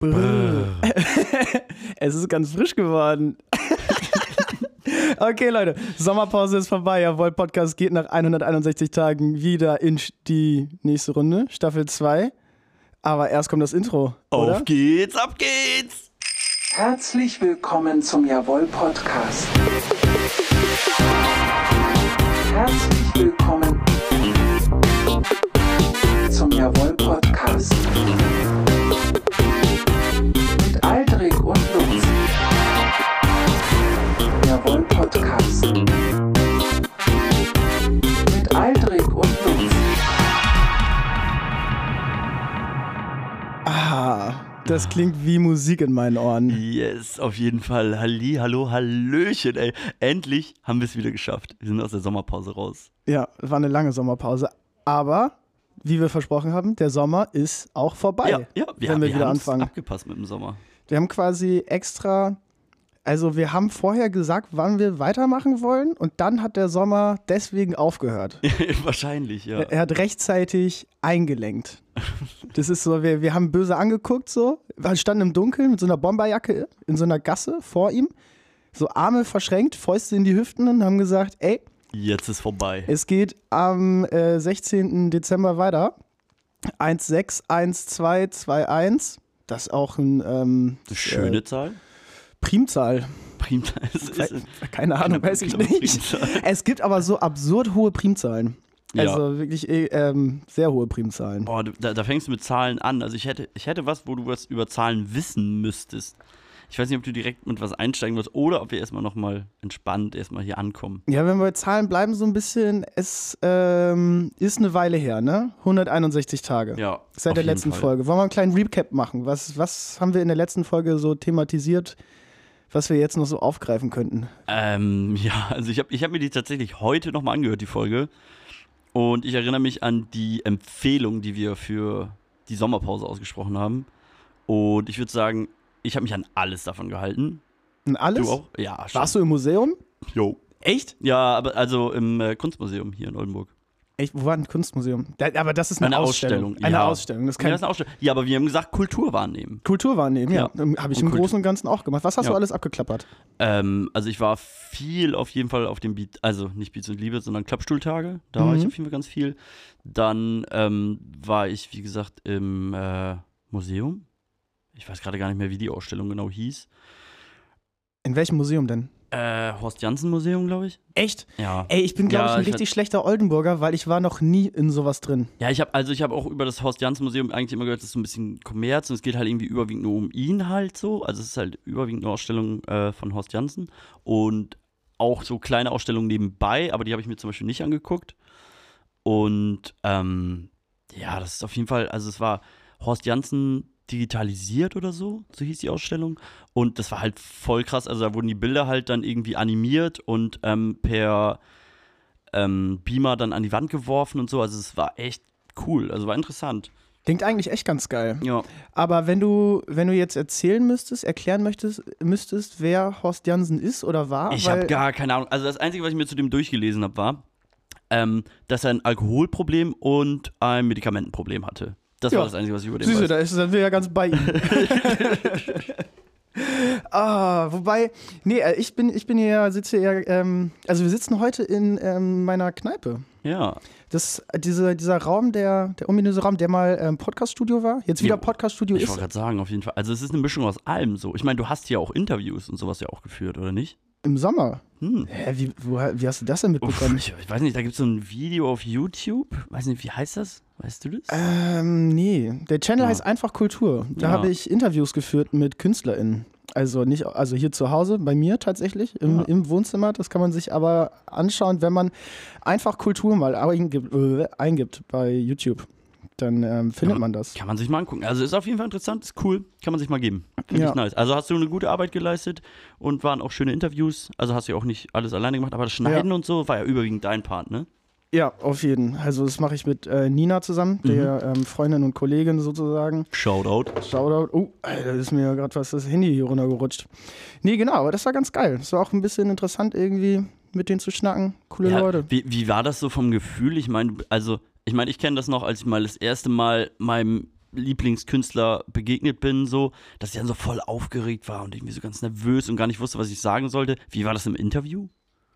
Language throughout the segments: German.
Brr. es ist ganz frisch geworden. okay, Leute, Sommerpause ist vorbei. Jawohl, Podcast geht nach 161 Tagen wieder in die nächste Runde, Staffel 2. Aber erst kommt das Intro. Oder? Auf geht's, ab geht's! Herzlich willkommen zum Jawohl Podcast. Herzlich willkommen zum Jawohl Podcast. Mit Aldrich und Lutz. Jawohl Podcast. Mit Aldrich und Lutz. Ah, das klingt wie Musik in meinen Ohren. Yes, auf jeden Fall. Halli, hallo, hallöchen, ey. Endlich haben wir es wieder geschafft. Wir sind aus der Sommerpause raus. Ja, war eine lange Sommerpause. Aber, wie wir versprochen haben, der Sommer ist auch vorbei, Ja, ja, wenn wir, wir wieder haben's anfangen. abgepasst mit dem Sommer. Wir haben quasi extra, also wir haben vorher gesagt, wann wir weitermachen wollen und dann hat der Sommer deswegen aufgehört. Wahrscheinlich, ja. Er, er hat rechtzeitig eingelenkt. Das ist so, wir, wir haben böse angeguckt so, wir standen im Dunkeln mit so einer Bomberjacke in so einer Gasse vor ihm, so Arme verschränkt, Fäuste in die Hüften und haben gesagt, ey, Jetzt ist vorbei. es geht am äh, 16. Dezember weiter. 161221, das ist auch ein ähm, Eine schöne äh, Zahl. Primzahl. Primzahl. Es ist, Keine Ahnung, weiß ich Primzahl. nicht. Es gibt aber so absurd hohe Primzahlen. Ja. Also wirklich eh, ähm, sehr hohe Primzahlen. Boah, da, da fängst du mit Zahlen an. Also ich hätte, ich hätte was, wo du was über Zahlen wissen müsstest. Ich weiß nicht, ob du direkt mit was einsteigen wirst oder ob wir erstmal nochmal entspannt erstmal hier ankommen. Ja, wenn wir bei Zahlen bleiben, so ein bisschen, es ähm, ist eine Weile her, ne? 161 Tage. Ja. auf Seit der jeden letzten Fall. Folge. Wollen wir einen kleinen Recap machen? Was, was haben wir in der letzten Folge so thematisiert, was wir jetzt noch so aufgreifen könnten? Ähm, ja, also ich habe ich hab mir die tatsächlich heute nochmal angehört, die Folge. Und ich erinnere mich an die Empfehlung, die wir für die Sommerpause ausgesprochen haben. Und ich würde sagen, ich habe mich an alles davon gehalten. Und alles? Du auch? Ja, schon. Warst du im Museum? Jo. Echt? Ja, aber also im äh, Kunstmuseum hier in Oldenburg. Echt? Wo war ein Kunstmuseum? Da, aber das ist eine, Ausstellung. Eine ja. Ausstellung. Das kann ja, das ist eine Ausstellung. Ja, aber wir haben gesagt, Kultur wahrnehmen. Kultur wahrnehmen, ja. Ja. Habe ich Und im Kult- Großen und Ganzen auch gemacht. Was hast Ja. du alles abgeklappert? Ähm, also ich war viel auf jeden Fall auf dem Beat, also nicht Beats und Liebe, sondern Klappstuhltage. Da war ich auf jeden Fall ganz viel. Dann ähm, war ich, wie gesagt, im äh, Museum. Ich weiß gerade gar nicht mehr, wie die Ausstellung genau hieß. In welchem Museum denn? Äh, Horst Janssen Museum, glaube ich. Echt? Ja. Ey, ich bin, glaube Ja, ich, ein ich richtig schlechter Oldenburger, weil ich war noch nie in sowas drin. Ja, ich habe also ich habe auch über das Horst Janssen Museum eigentlich immer gehört, das ist so ein bisschen Kommerz und es geht halt irgendwie überwiegend nur um ihn halt so. Also es ist halt überwiegend eine Ausstellung äh, von Horst Janssen und auch so kleine Ausstellungen nebenbei, aber die habe ich mir zum Beispiel nicht angeguckt. Und ähm, ja, das ist auf jeden Fall, also es war Horst Janssen digitalisiert oder so, so hieß die Ausstellung. Und das war halt voll krass. Also da wurden die Bilder halt dann irgendwie animiert und ähm, per ähm, Beamer dann an die Wand geworfen und so. Also es war echt cool, also war interessant. Klingt eigentlich echt ganz geil. Ja, Aber wenn du, wenn du jetzt erzählen müsstest, erklären möchtest, müsstest, wer Horst Jansen ist oder war, ich weil habe gar keine Ahnung. Also das Einzige, was ich mir zu dem durchgelesen habe, war, ähm, dass er ein Alkoholproblem und ein Medikamentenproblem hatte. Das Ja. war das Einzige, was ich über den Süße, weiß. da ist sind wir ja ganz bei ihm. ah, wobei, nee, äh, ich bin, ich bin hier, sitze hier, ähm, also wir sitzen heute in ähm, meiner Kneipe. Ja, Das, äh, diese, dieser Raum, der, der ominöse Raum, der mal ähm, Podcaststudio war, jetzt wieder Jo. Podcaststudio ich ist. wollte gerade sagen, auf jeden Fall. Also es ist eine Mischung aus allem so. Ich meine, du hast ja auch Interviews und sowas ja auch geführt, oder nicht? Im Sommer. Hm. Hä, wie, woher, wie hast du das denn Uff, mitbekommen? ich, ich weiß nicht, da gibt es so ein Video auf YouTube. Weiß nicht, wie heißt das? Weißt du das? Ähm, nee. Der Channel heißt einfach Kultur. Da Ja. habe ich Interviews geführt mit KünstlerInnen. Also nicht, also hier zu Hause, bei mir tatsächlich, im, im Wohnzimmer. Das kann man sich aber anschauen, wenn man einfach Kultur mal eingibt, äh, eingibt bei YouTube. Dann ähm, findet man das. Kann man sich mal angucken. Also ist auf jeden Fall interessant, ist cool, kann man sich mal geben. Finde Ja. ich nice. Also hast du eine gute Arbeit geleistet und waren auch schöne Interviews. Also hast du ja auch nicht alles alleine gemacht, aber das Schneiden und so war ja überwiegend dein Part, ne? Ja, auf jeden. Also das mache ich mit äh, Nina zusammen, der ähm, Freundin und Kollegin sozusagen. Shoutout. Shoutout. Oh, da ist mir gerade was das Handy hier runtergerutscht. Nee, genau, aber das war ganz geil. Das war auch ein bisschen interessant irgendwie mit denen zu schnacken. Coole Ja, Leute. Wie, wie war das so vom Gefühl? Ich meine, also, ich meine, ich kenne das noch, als ich mal das erste Mal meinem Lieblingskünstler begegnet bin, so, dass ich dann so voll aufgeregt war und irgendwie so ganz nervös und gar nicht wusste, was ich sagen sollte. Wie war das im Interview?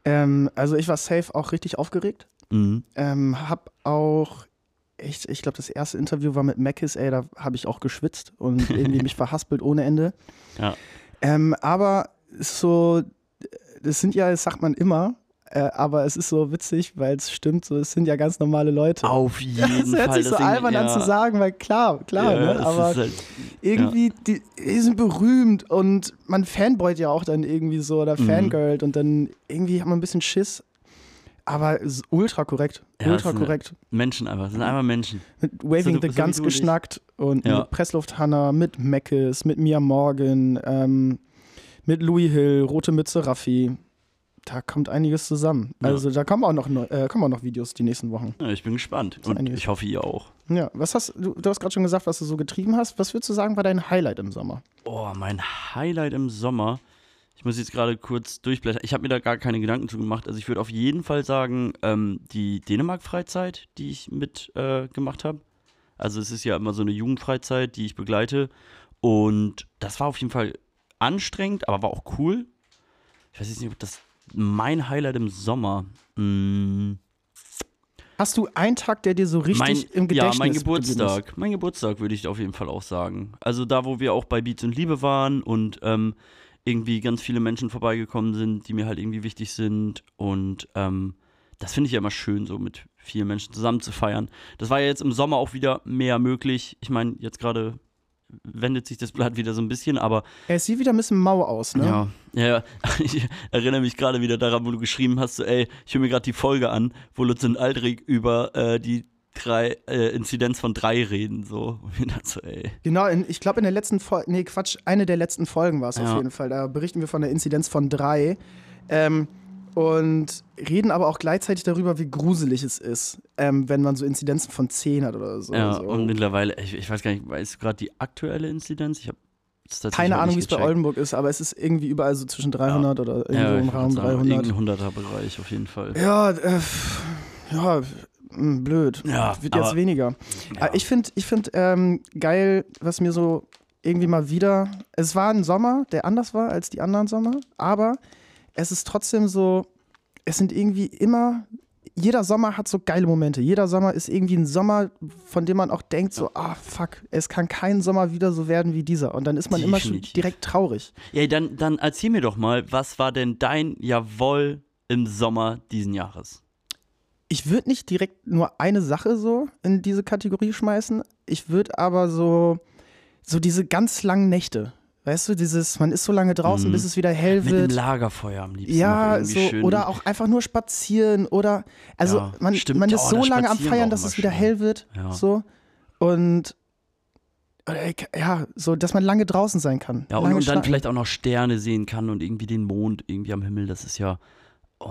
Ähm, also ich war safe auch richtig aufgeregt. Mhm. Ähm, hab auch, ich, ich glaube, das erste Interview war mit Mackis, ey, da habe ich auch geschwitzt und irgendwie mich verhaspelt ohne Ende. Ja. Ähm, aber es ist so, das sind ja, das sagt man immer, äh, aber es ist so witzig, weil es stimmt, so, es sind ja ganz normale Leute. Auf jeden Das hört sich so deswegen, albern an ja. zu sagen, weil klar, klar, Ja, ne? es aber ist halt, irgendwie, die, die sind berühmt und man fanboyt ja auch dann irgendwie so oder Mhm. fangirlt und dann irgendwie hat man ein bisschen Schiss. Aber es ist ultra korrekt. Ja, es ultra sind- korrekt. Menschen einfach, es sind einfach Menschen. Mit so Waving du- the so wie Guns du und ich. geschnackt und Ja. mit Pressluft Hanna, mit Meckes, mit Mia Morgan, ähm, mit Louis Hill, Rote Mütze Raffi. Da kommt einiges zusammen. Ja. Also da kommen auch, noch, neu- äh, kommen auch noch Videos die nächsten Wochen. Ja, ich bin gespannt. Und einiges. ich hoffe, ihr auch. Ja, was hast du, du hast gerade schon gesagt, was du so getrieben hast. Was würdest du sagen, war dein Highlight im Sommer? Oh, mein Highlight im Sommer. Ich muss jetzt gerade kurz durchblättern. Ich habe mir da gar keine Gedanken zu gemacht. Also ich würde auf jeden Fall sagen, ähm, die Dänemark-Freizeit, die ich mit äh, gemacht habe. Also es ist ja immer so eine Jugendfreizeit, die ich begleite. Und das war auf jeden Fall anstrengend, aber war auch cool. Ich weiß jetzt nicht, ob das mein Highlight im Sommer. Mm, Hast du einen Tag, der dir so richtig im Gedächtnis Ja, mein geblieben ist? Geburtstag. Mein Geburtstag würde ich auf jeden Fall auch sagen. Also da, wo wir auch bei Beats und Liebe waren und ähm, irgendwie ganz viele Menschen vorbeigekommen sind, die mir halt irgendwie wichtig sind. Und ähm, das finde ich ja immer schön, so mit vielen Menschen zusammen zu feiern. Das war ja jetzt im Sommer auch wieder mehr möglich. Ich meine, jetzt gerade wendet sich das Blatt wieder so ein bisschen, aber Er sieht wieder ein bisschen mau aus, ne? ja, ja, ja. Ich erinnere mich gerade wieder daran, wo du geschrieben hast, so, ey, ich höre mir gerade die Folge an, wo Lutz und Aldrich über äh, die drei äh, Inzidenz von drei reden, so. Und ich dachte so, ey. Genau, in, ich glaube in der letzten Folge, nee, Quatsch, eine der letzten Folgen war es Ja. auf jeden Fall. Da berichten wir von der Inzidenz von drei ähm, und reden aber auch gleichzeitig darüber, wie gruselig es ist, ähm, wenn man so Inzidenzen von zehn hat oder so. Ja, so. und mittlerweile, ich, ich weiß gar nicht, weißt du gerade die aktuelle Inzidenz? Ich habe Keine Ahnung, wie es bei Oldenburg ist, aber es ist irgendwie überall so zwischen 300 oder irgendwo ja, im Raum 300. 100er Bereich auf jeden Fall. Ja, äh, pff, ja, mh, blöd. Ja, Wird jetzt aber- weniger. Ja. Aber Ich finde ich find, ähm, geil, was mir so irgendwie mal wieder. Es war ein Sommer, der anders war als die anderen Sommer, aber es ist trotzdem so, es sind irgendwie immer. Jeder Sommer hat so geile Momente. Jeder Sommer ist irgendwie ein Sommer, von dem man auch denkt, so, ah, fuck, es kann kein Sommer wieder so werden wie dieser. Und dann ist man immer Definitiv. schon direkt traurig. Ja, dann, dann erzähl mir doch mal, was war denn dein Jawohl im Sommer diesen Jahres? Ich würde nicht direkt nur eine Sache so in diese Kategorie schmeißen. Ich würde aber so, so diese ganz langen Nächte. Weißt du, dieses, man ist so lange draußen, Mhm. bis es wieder hell Mit dem wird. Lagerfeuer am liebsten. noch Ja, irgendwie so, schön oder auch einfach nur spazieren oder also Ja, man, stimmt. man Oh, ist so das lange am Spazieren war Feiern, auch dass immer es wieder schön. hell wird. Ja. So. Und oder, ich- ja, so, dass man lange draußen sein kann. Ja, und, lange und dann schnacken. vielleicht auch noch Sterne sehen kann und irgendwie den Mond irgendwie am Himmel. Das ist ja. Oh,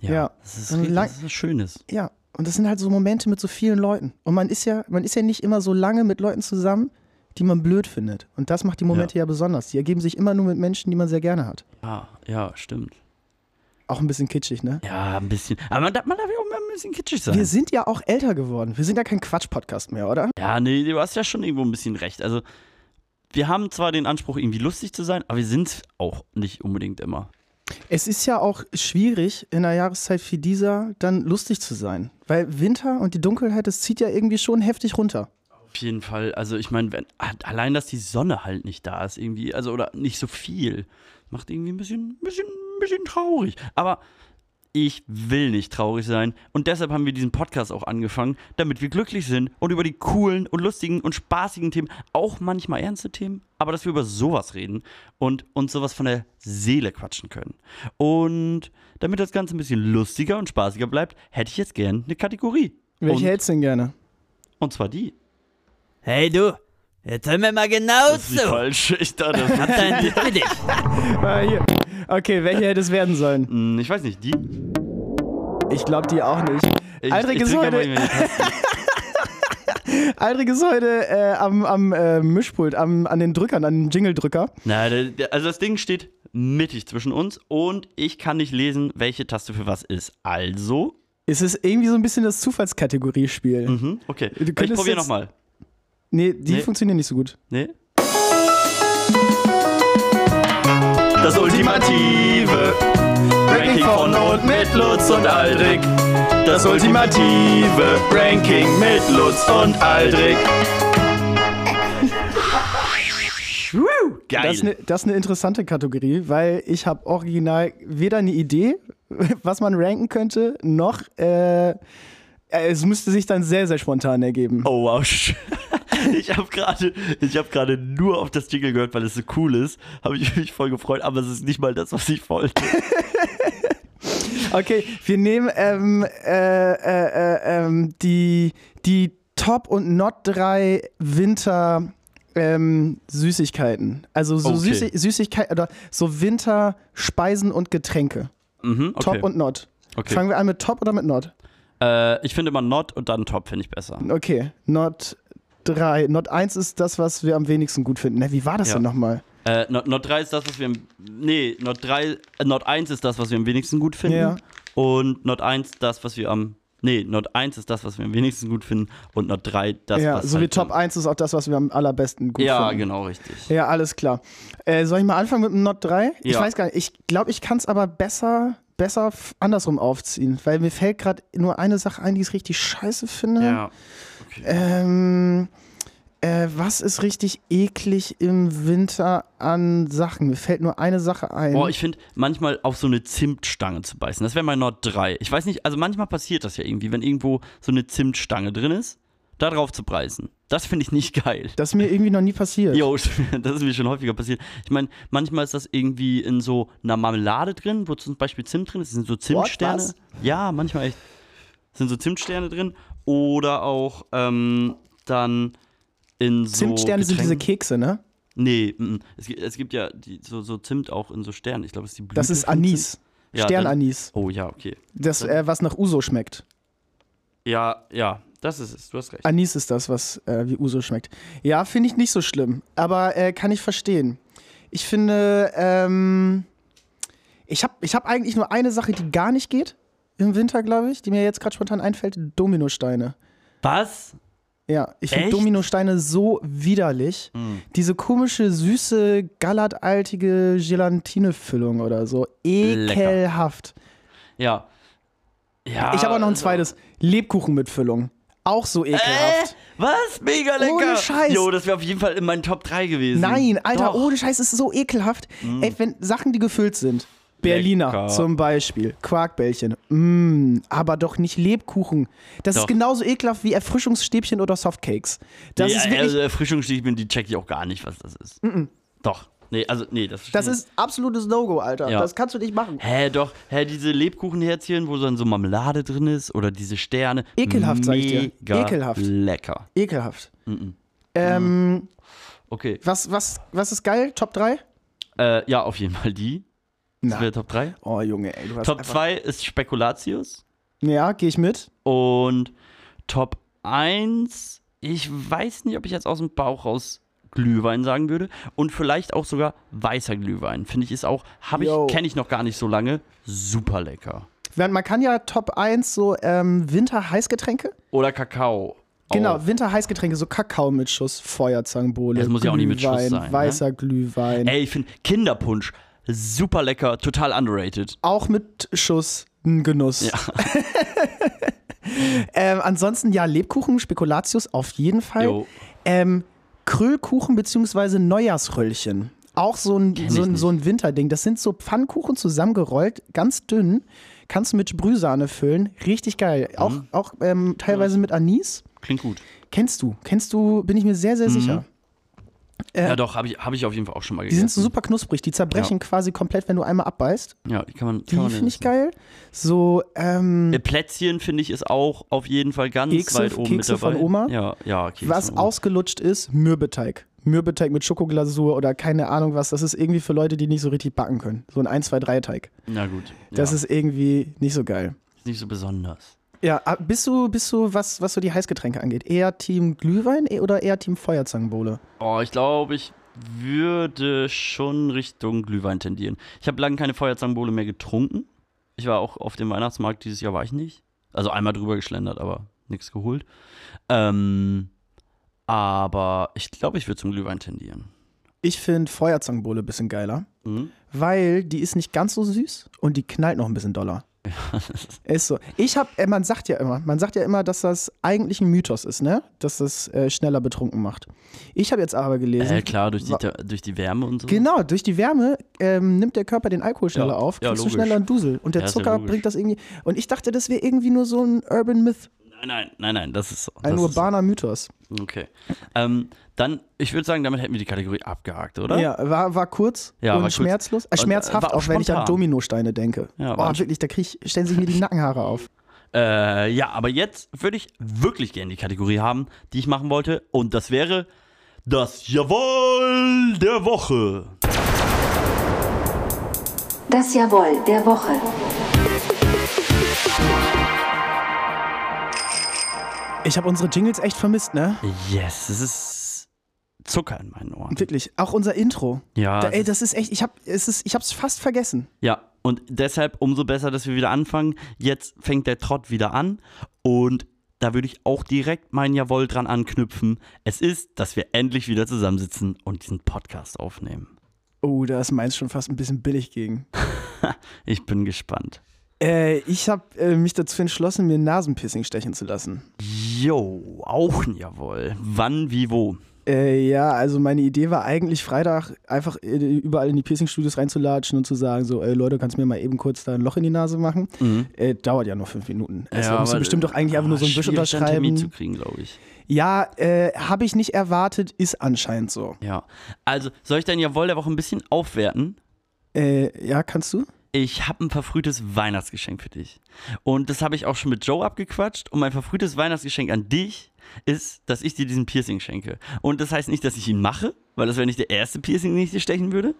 ja, Ja, Das, ist, und ri- lang- das ist was Schönes. Ja, und das sind halt so Momente mit so vielen Leuten. Und man ist ja, man ist ja nicht immer so lange mit Leuten zusammen, die man blöd findet. Und das macht die Momente ja, besonders. Die ergeben sich immer nur mit Menschen, die man sehr gerne hat. Ja, ja, stimmt. Auch ein bisschen kitschig, ne? Ja, ein bisschen. Aber man darf, man darf ja auch mal ein bisschen kitschig Wir sein. sind ja auch älter geworden. Wir sind ja kein Quatsch-Podcast mehr, oder? Ja, nee, du hast ja schon irgendwo ein bisschen recht. Also, wir haben zwar den Anspruch, irgendwie lustig zu sein, aber wir sind es auch nicht unbedingt immer. Es ist ja auch schwierig, in einer Jahreszeit wie dieser dann lustig zu sein. Weil Winter und die Dunkelheit, das zieht ja irgendwie schon heftig runter. Auf jeden Fall. Also, ich meine, wenn- allein, dass die Sonne halt nicht da ist, irgendwie, also, oder nicht so viel, macht irgendwie ein bisschen, ein bisschen, ein bisschen traurig. Aber ich will nicht traurig sein. Und deshalb haben wir diesen Podcast auch angefangen, damit wir glücklich sind und über die coolen und lustigen und spaßigen Themen, auch manchmal ernste Themen, aber dass wir über sowas reden und uns sowas von der Seele quatschen können. Und damit das Ganze ein bisschen lustiger und spaßiger bleibt, hätte ich jetzt gern eine Kategorie. Welche und, hältst du denn gerne? und zwar die. Hey du, jetzt hör mir mal genau Das ist die zu. falsche. Ich dachte, Hab da einen Tipp für dich. Äh, Okay, welche hätte es werden sollen? Hm, ich weiß nicht, die. Ich glaube die auch nicht. Ich, Aldrich ich ist drück heute- aber irgendwie- Aldrich ist heute äh, am, am äh, Mischpult, am, an den Drückern, an dem Jingle-Drücker. Na, der- der- also das Ding steht mittig zwischen uns und ich kann nicht lesen, welche Taste für was ist. Also, Es ist irgendwie so ein bisschen das Zufallskategoriespiel. mhm, okay. Du ich könntest probiere jetzt- nochmal. Nee, die Nee. funktionieren nicht so gut. Nee? Das ultimative Ranking von und mit Lutz und Aldrich. Das ultimative Ranking mit Lutz und Aldrich. Das ist, ne- eine, das ist eine interessante Kategorie, weil ich habe original weder eine Idee, was man ranken könnte, noch äh, äh, es müsste sich dann sehr, sehr spontan ergeben. Oh wow. sch- Ich habe gerade, ich habe gerade nur auf das Jingle gehört, weil es so cool ist. Habe ich mich voll gefreut, aber es ist nicht mal das, was ich wollte. Okay, wir nehmen ähm, äh, äh, äh, ähm, die, die Top und Not 3 Winter ähm, Süßigkeiten. Also so Okay. Süßi Süßigkeiten oder so Winter Speisen und Getränke. Mhm, okay. Top und Not. Okay. Fangen wir an mit Top oder mit Not? äh, ich finde immer Not und dann Top finde ich besser. Okay, Not 3. Not 1 ist das, was wir am wenigsten gut finden. Na, wie war das Ja. denn nochmal? Äh, Not, Not 3 ist das, was wir. am- Nee, Not, 3, äh, Not 1 ist das, was wir am wenigsten gut finden. Ja. Und Not 1 das, was wir am. Nee, Not 1 ist das, was wir am wenigsten gut finden. Und Not 3 das, ja, was. so wie halt Top 1 ist auch das, was wir am allerbesten gut Ja, finden. genau, richtig. Ja, alles klar. Äh, soll ich mal anfangen mit dem Not 3? Ich Ja. weiß gar nicht. Ich glaube, ich kann es aber besser, besser f- andersrum aufziehen, weil mir fällt gerade nur eine Sache ein, die ich richtig scheiße finde. Ja. Okay. Ähm, äh, was ist richtig eklig im Winter an Sachen? Mir fällt nur eine Sache ein. Boah, ich finde manchmal auf so eine Zimtstange zu beißen. Das wäre mein Not 3. Ich weiß nicht, also manchmal passiert das ja irgendwie, wenn irgendwo so eine Zimtstange drin ist, da drauf zu beißen. Das finde ich nicht geil. das ist mir irgendwie noch nie passiert. Jo, das ist mir schon häufiger passiert. Ich meine, manchmal ist das irgendwie in so einer Marmelade drin, wo zum Beispiel Zimt drin ist. Das sind so Zimtsterne. was? Ja, manchmal echt. Das sind so Zimtsterne drin. Oder auch ähm, dann in so. Zimtsterne sind diese Getränken. Kekse, ne? Nee, mm, mm. es gibt, es gibt ja die, so, so Zimt auch in so Sternen. Ich glaube, es ist die Blüte. Das ist von Zimt. Anis. Ja, Sternanis. Oh ja, okay. Das, äh, was nach Uso schmeckt. Ja, ja, das ist es. Du hast recht. Anis ist das, was äh, wie Uso schmeckt. Ja, finde ich nicht so schlimm, aber äh, kann ich verstehen. Ich finde, ähm, ich habe ich hab eigentlich nur eine Sache, die gar nicht geht im Winter, glaube ich, die mir jetzt gerade spontan einfällt: Dominosteine. Was? Ja, ich finde Echt? Hm. Dominosteine so widerlich. Diese komische, süße, gallertartige Gelatinefüllung oder so. Ekelhaft. Ja. Ja. Ich habe auch noch ein zweites: Lebkuchen mit Füllung. Auch so Äh, ekelhaft. was? Mega lecker. Ohne Scheiß. Jo, das wäre auf jeden Fall in meinen Top 3 gewesen. Nein, Alter, oh, Doch. Mhm. ohne Scheiß, es ist so ekelhaft. Ey, wenn Sachen, die gefüllt sind. Berliner Lecker. zum Beispiel, Quarkbällchen, mm, aber doch nicht Lebkuchen. Das Doch. ist genauso ekelhaft wie Erfrischungsstäbchen oder Softcakes. Das nee, ist wirklich, also Erfrischungsstäbchen, die check ich auch gar nicht, was das ist. Doch. Nee, also, nee, das das ist absolutes No-Go, Alter. Ja. Das kannst du nicht machen. Hä, doch, hä, diese Lebkuchenherzchen, wo dann so Marmelade drin ist oder diese Sterne. Ekelhaft, sag ich dir. Mega Ekelhaft. Lecker. Ekelhaft. Mhm. Ähm, Okay. was, was, was ist geil? Top 3? Äh, ja, auf jeden Fall die. Das Na. wäre Top 3. Oh, Junge, ey, du hast Top einfach- 2 ist Spekulatius. Ja, gehe ich mit. Und Top 1, ich weiß nicht, ob ich jetzt aus dem Bauch raus Glühwein sagen würde. Und vielleicht auch sogar weißer Glühwein. Finde ich ist auch, habe Yo. ich, kenne ich noch gar nicht so lange. Super lecker. Man man kann ja Top 1 so ähm, Winter-Heißgetränke. Oder Kakao. Genau, Auch. Winterheißgetränke, so Kakao mit Schuss, Feuerzangenbowle. Das muss ja auch nicht mit Schuss Glühwein, sein, ne? Weißer Glühwein. Ey, ich finde Kinderpunsch super lecker, total underrated. Auch mit Schuss ein Genuss. ähm, ansonsten, ja, Lebkuchen, Spekulatius auf jeden Fall. Jo. Ähm, Krüllkuchen beziehungsweise Neujahrsröllchen. Auch so ein, Kenn so, ich ein, nicht. so ein Winterding. Das sind so Pfannkuchen zusammengerollt, ganz dünn. Kannst du mit Sprühsahne füllen. Richtig geil. Mhm. Auch, auch ähm, teilweise mit Anis. Klingt gut. Kennst du, kennst du, bin ich mir sehr, sehr Mhm. sicher. ja, doch, habe ich, hab ich auf jeden Fall auch schon mal Die gegessen. sind so super knusprig, die zerbrechen quasi komplett, wenn du einmal abbeißt. ja, die kann man, Die kann man finde ich essen. geil. So, ähm, Äh, Plätzchen finde ich ist auch auf jeden Fall ganz Kekse- weit oben Kekse mit dabei. von Oma? Ja, ja, Kekse was von Oma. ausgelutscht ist, Mürbeteig. Mürbeteig mit Schokoglasur oder keine Ahnung was. Das ist irgendwie für Leute, die nicht so richtig backen können. So ein 1, 2, 3 Teig. Na gut. Das ja. ist irgendwie nicht so geil. Ist nicht so besonders. Ja, ah, bist du, bist du was, was so die Heißgetränke angeht? Eher Team Glühwein eh- oder eher Team Feuerzangenbowle? Oh, ich glaube, ich würde schon Richtung Glühwein tendieren. Ich habe lange keine Feuerzangenbowle mehr getrunken. Ich war auch auf dem Weihnachtsmarkt dieses Jahr, war ich nicht. Also einmal drüber geschlendert, aber nichts geholt. Ähm, Aber ich glaube, ich würde zum Glühwein tendieren. Ich finde Feuerzangenbowle ein bisschen geiler, Mhm. weil die ist nicht ganz so süß und die knallt noch ein bisschen doller. ist so. Ich habe, man sagt ja immer, man sagt ja immer, dass das eigentlich ein Mythos ist, ne? Dass das äh, schneller betrunken macht. Ich habe jetzt aber gelesen, Äh, klar, durch die, Wa- durch die Wärme und so. Genau, durch die Wärme ähm, nimmt der Körper den Alkohol schneller Ja, auf, ja, kriegst du logisch. schneller einen Dusel. Und der Ja, ist ja Zucker logisch. bringt das irgendwie. Und ich dachte, das wäre irgendwie nur so ein Urban Myth, Nein, nein, nein, nein, das ist so. ein das ist so. urbaner Mythos. Okay. Ähm, dann, ich würde sagen, damit hätten wir die Kategorie abgehakt, oder? Ja, war, war kurz Ja, und war kurz. schmerzlos. Äh, Und, äh, schmerzhaft, war auch, auch wenn ich an spontan. Dominosteine denke. Ja, war Boah, ein- wirklich, da krieg ich, stellen sich mir die Nackenhaare auf. Äh, ja, aber jetzt würde ich wirklich gerne die Kategorie haben, die ich machen wollte. Und das wäre das Jawohl der Woche. Das Jawohl der Woche. Ich habe unsere Jingles echt vermisst, ne? Yes, es ist Zucker in meinen Ohren. Wirklich, auch unser Intro. Ja, da, es ey, ist- das ist echt, ich habe es ist, ich hab's fast vergessen. ja. Und deshalb umso besser, dass wir wieder anfangen. Jetzt fängt der Trott wieder an. Und da würde ich auch direkt mein Jawohl dran anknüpfen. Es ist, dass wir endlich wieder zusammensitzen und diesen Podcast aufnehmen. Oh, da ist meins schon fast ein bisschen billig gegen. Ich bin gespannt. Äh, ich habe äh, mich dazu entschlossen, mir ein Nasenpiercing stechen zu lassen. Jo, auch ein Jawohl. Wann, wie, wo? Äh, ja, also meine Idee war eigentlich Freitag einfach äh, überall in die Piercing-Studios reinzulatschen und zu sagen so, ey Leute, kannst du mir mal eben kurz da ein Loch in die Nase machen? Äh, dauert ja nur fünf Minuten. Also musst du aber- bestimmt doch eigentlich einfach nur so einen Ah, Wisch schwierig, da einen Termin zu unterschreiben. kriegen, glaube ich. Ja, äh, habe ich nicht erwartet, ist anscheinend so. Ja. Also, soll ich dein Jawohl der Woche ein bisschen aufwerten? Äh, ja, kannst du? Ich habe ein verfrühtes Weihnachtsgeschenk für dich. Und das habe ich auch schon mit Joe abgequatscht. Und mein verfrühtes Weihnachtsgeschenk an dich ist, dass ich dir diesen Piercing schenke. Und das heißt nicht, dass ich ihn mache, weil das wäre nicht der erste Piercing, den ich dir stechen würde.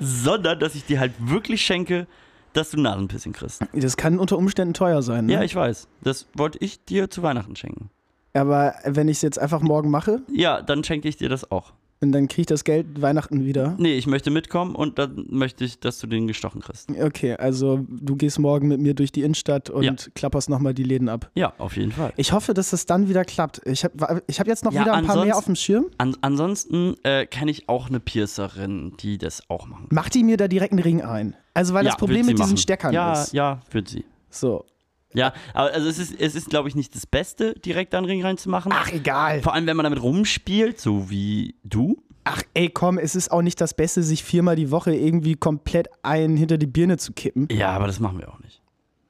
Sondern, dass ich dir halt wirklich schenke, dass du ein Nasenpiercing kriegst. Das kann unter Umständen teuer sein. Ne? Ja, ich weiß. Das wollte ich dir zu Weihnachten schenken. Aber wenn ich es jetzt einfach morgen mache, Ja, dann schenke ich dir das auch. und dann kriege ich das Geld Weihnachten wieder. Nee, ich möchte mitkommen und dann möchte ich, dass du den gestochen kriegst. Okay, also du gehst morgen mit mir durch die Innenstadt und Ja. klapperst nochmal die Läden ab. Ja, auf jeden Fall. Ich hoffe, dass das dann wieder klappt. Ich habe ich hab jetzt noch Ja, wieder ein paar mehr ansonsten- auf dem Schirm. An ansonsten äh, kenne ich auch eine Piercerin, die das auch machen kann. Mach die mir da direkt einen Ring ein. Also, weil ja, das Problem wird sie mit diesen machen. Steckern ja, ist. Ja, wird sie. So. Ja, aber also es ist, es ist glaube ich, nicht das Beste, direkt da einen Ring reinzumachen. Ach, egal. Vor allem, wenn man damit rumspielt, so wie du. Ach, ey, komm, es ist auch nicht das Beste, sich viermal die Woche irgendwie komplett ein hinter die Birne zu kippen. Ja, aber das machen wir auch nicht.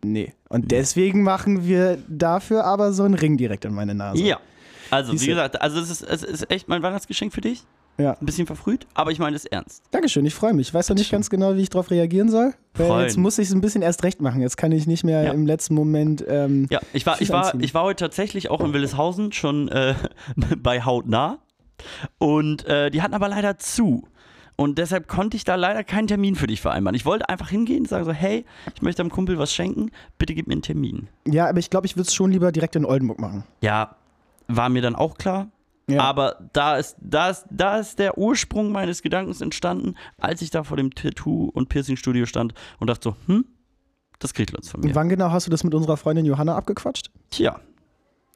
Nee. Und deswegen machen wir dafür aber so einen Ring direkt an meine Nase. ja. Also, Siehste. wie gesagt, also es ist, es ist echt mein Weihnachtsgeschenk für dich. Ja. Ein bisschen verfrüht, aber ich meine es ernst. Dankeschön, ich freue mich. Ich weiß noch nicht ganz genau, wie ich darauf reagieren soll. Weil Freuen. jetzt muss ich es ein bisschen erst recht machen. Jetzt kann ich nicht mehr Ja. im letzten Moment. Ähm, Ja, ich war, viel ich war, anziehen. ich war heute tatsächlich auch in Willeshausen schon äh, bei Hautnah. Und äh, die hatten aber leider zu. Und deshalb konnte ich da leider keinen Termin für dich vereinbaren. Ich wollte einfach hingehen und sagen so, hey, ich möchte einem Kumpel was schenken, bitte gib mir einen Termin. ja, aber ich glaube, ich würde es schon lieber direkt in Oldenburg machen. Ja, war mir dann auch klar. Ja. Aber da ist, da, ist, da ist der Ursprung meines Gedankens entstanden, als ich da vor dem Tattoo- und Piercing-Studio stand und dachte so, hm, das kriegt Lutz von mir. Und wann genau hast du das mit unserer Freundin Johanna abgequatscht? Tja,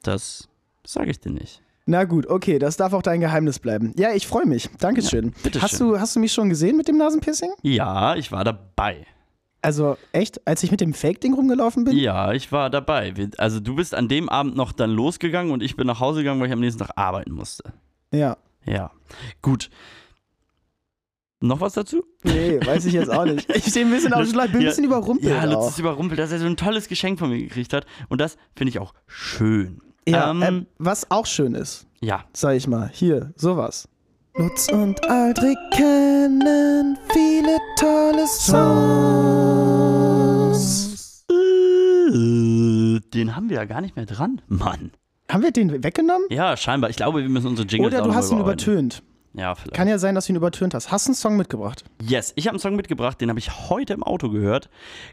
das sage ich dir nicht. Na gut, okay, das darf auch dein Geheimnis bleiben. Ja, ich freue mich. Dankeschön. bitteschön. hast, du, hast du mich schon gesehen mit dem Nasenpiercing? Ja, ich war dabei. Also echt, als ich mit dem Fake-Ding rumgelaufen bin? Ja, ich war dabei. Wir- Also du bist an dem Abend noch dann losgegangen und ich bin nach Hause gegangen, weil ich am nächsten Tag arbeiten musste. Ja. Ja, gut. Noch was dazu? Nee, weiß ich jetzt auch nicht. Ich stehe ein bisschen auf dem Schlauch, bin ein Ja. bisschen überrumpelt. Ja, Lutz auch. ist überrumpelt, dass er so ein tolles Geschenk von mir gekriegt hat. Und das finde ich auch schön. Ja, ähm, ähm, was auch schön ist, ja. sag ich mal, hier, sowas. Lutz und Aldrich kennen viele tolle Songs. Äh, Den haben wir ja gar nicht mehr dran. Mann. Haben wir den weggenommen? Ja, scheinbar. Ich glaube, wir müssen unsere Jingles Oder auch du noch hast ihn überarbeiten. übertönt. Ja, vielleicht. Kann ja sein, dass du ihn übertönt hast. Hast du einen Song mitgebracht? Yes, ich habe einen Song mitgebracht, den habe ich heute im Auto gehört.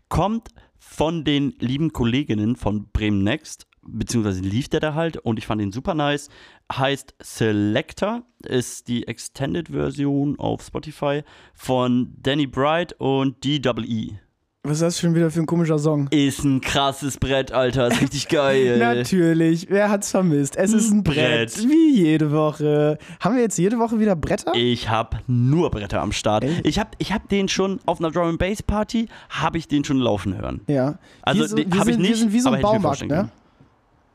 Kommt von den lieben Kolleginnen von Bremen Next, beziehungsweise lief der da halt und ich fand ihn super nice. Heißt Selector, ist die Extended-Version auf Spotify von Danny Bright und DWE. Was ist das schon wieder für ein komischer Song? E. Ist ein krasses Brett, Alter. Ist richtig geil. Natürlich, wer hat's vermisst? Es ist ein Brett, Äh. Brett. wie jede Woche. Haben wir jetzt jede Woche wieder Bretter? Ich hab nur Bretter am Start. Ey. Ich hab, ich hab den schon auf einer Drum and Bass Party, habe ich den schon laufen hören. Ja. Also, wir, so- den wir hab ich sind, wir nicht, sind wie so aber ein hätte ich mir Baumarkt, vorstellen ne? können.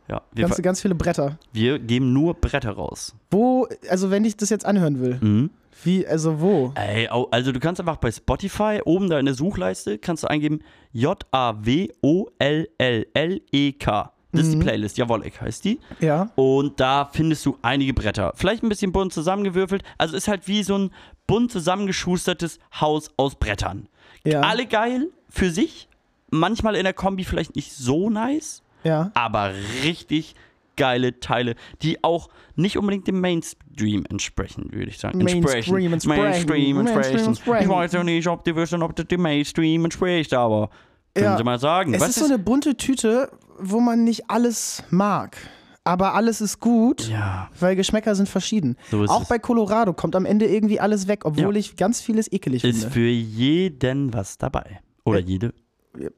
Ja, wir, Ganz, ganz viele Bretter. wir geben nur Bretter raus. Wo, also wenn ich das jetzt anhören will, Mhm. wie, also wo? Ey, au- also du kannst einfach bei Spotify oben da in der Suchleiste kannst du eingeben J-A-W-O-L-L-L-E-K. E Das Mhm. ist die Playlist, Jawollek heißt die. Ja. Und da findest du einige Bretter. Vielleicht ein bisschen bunt zusammengewürfelt. Also ist halt wie so ein bunt zusammengeschustertes Haus aus Brettern. Ja. Alle geil für sich. Manchmal in der Kombi vielleicht nicht so nice, Ja. aber richtig geile Teile, die auch nicht unbedingt dem Mainstream entsprechen, würde ich sagen. Mainstream entsprechen. Mainstream Mainstream entsprechen. entsprechen. Ich weiß ja nicht, ob die wissen, ob das dem Mainstream entspricht, aber können Ja. Sie mal sagen. Es was ist so eine bunte Tüte, wo man nicht alles mag. Aber alles ist gut, Ja. weil Geschmäcker sind verschieden. So ist Auch es. bei Colorado kommt am Ende irgendwie alles weg, obwohl Ja. ich ganz vieles ekelig ist finde. für jeden was dabei. Oder jede.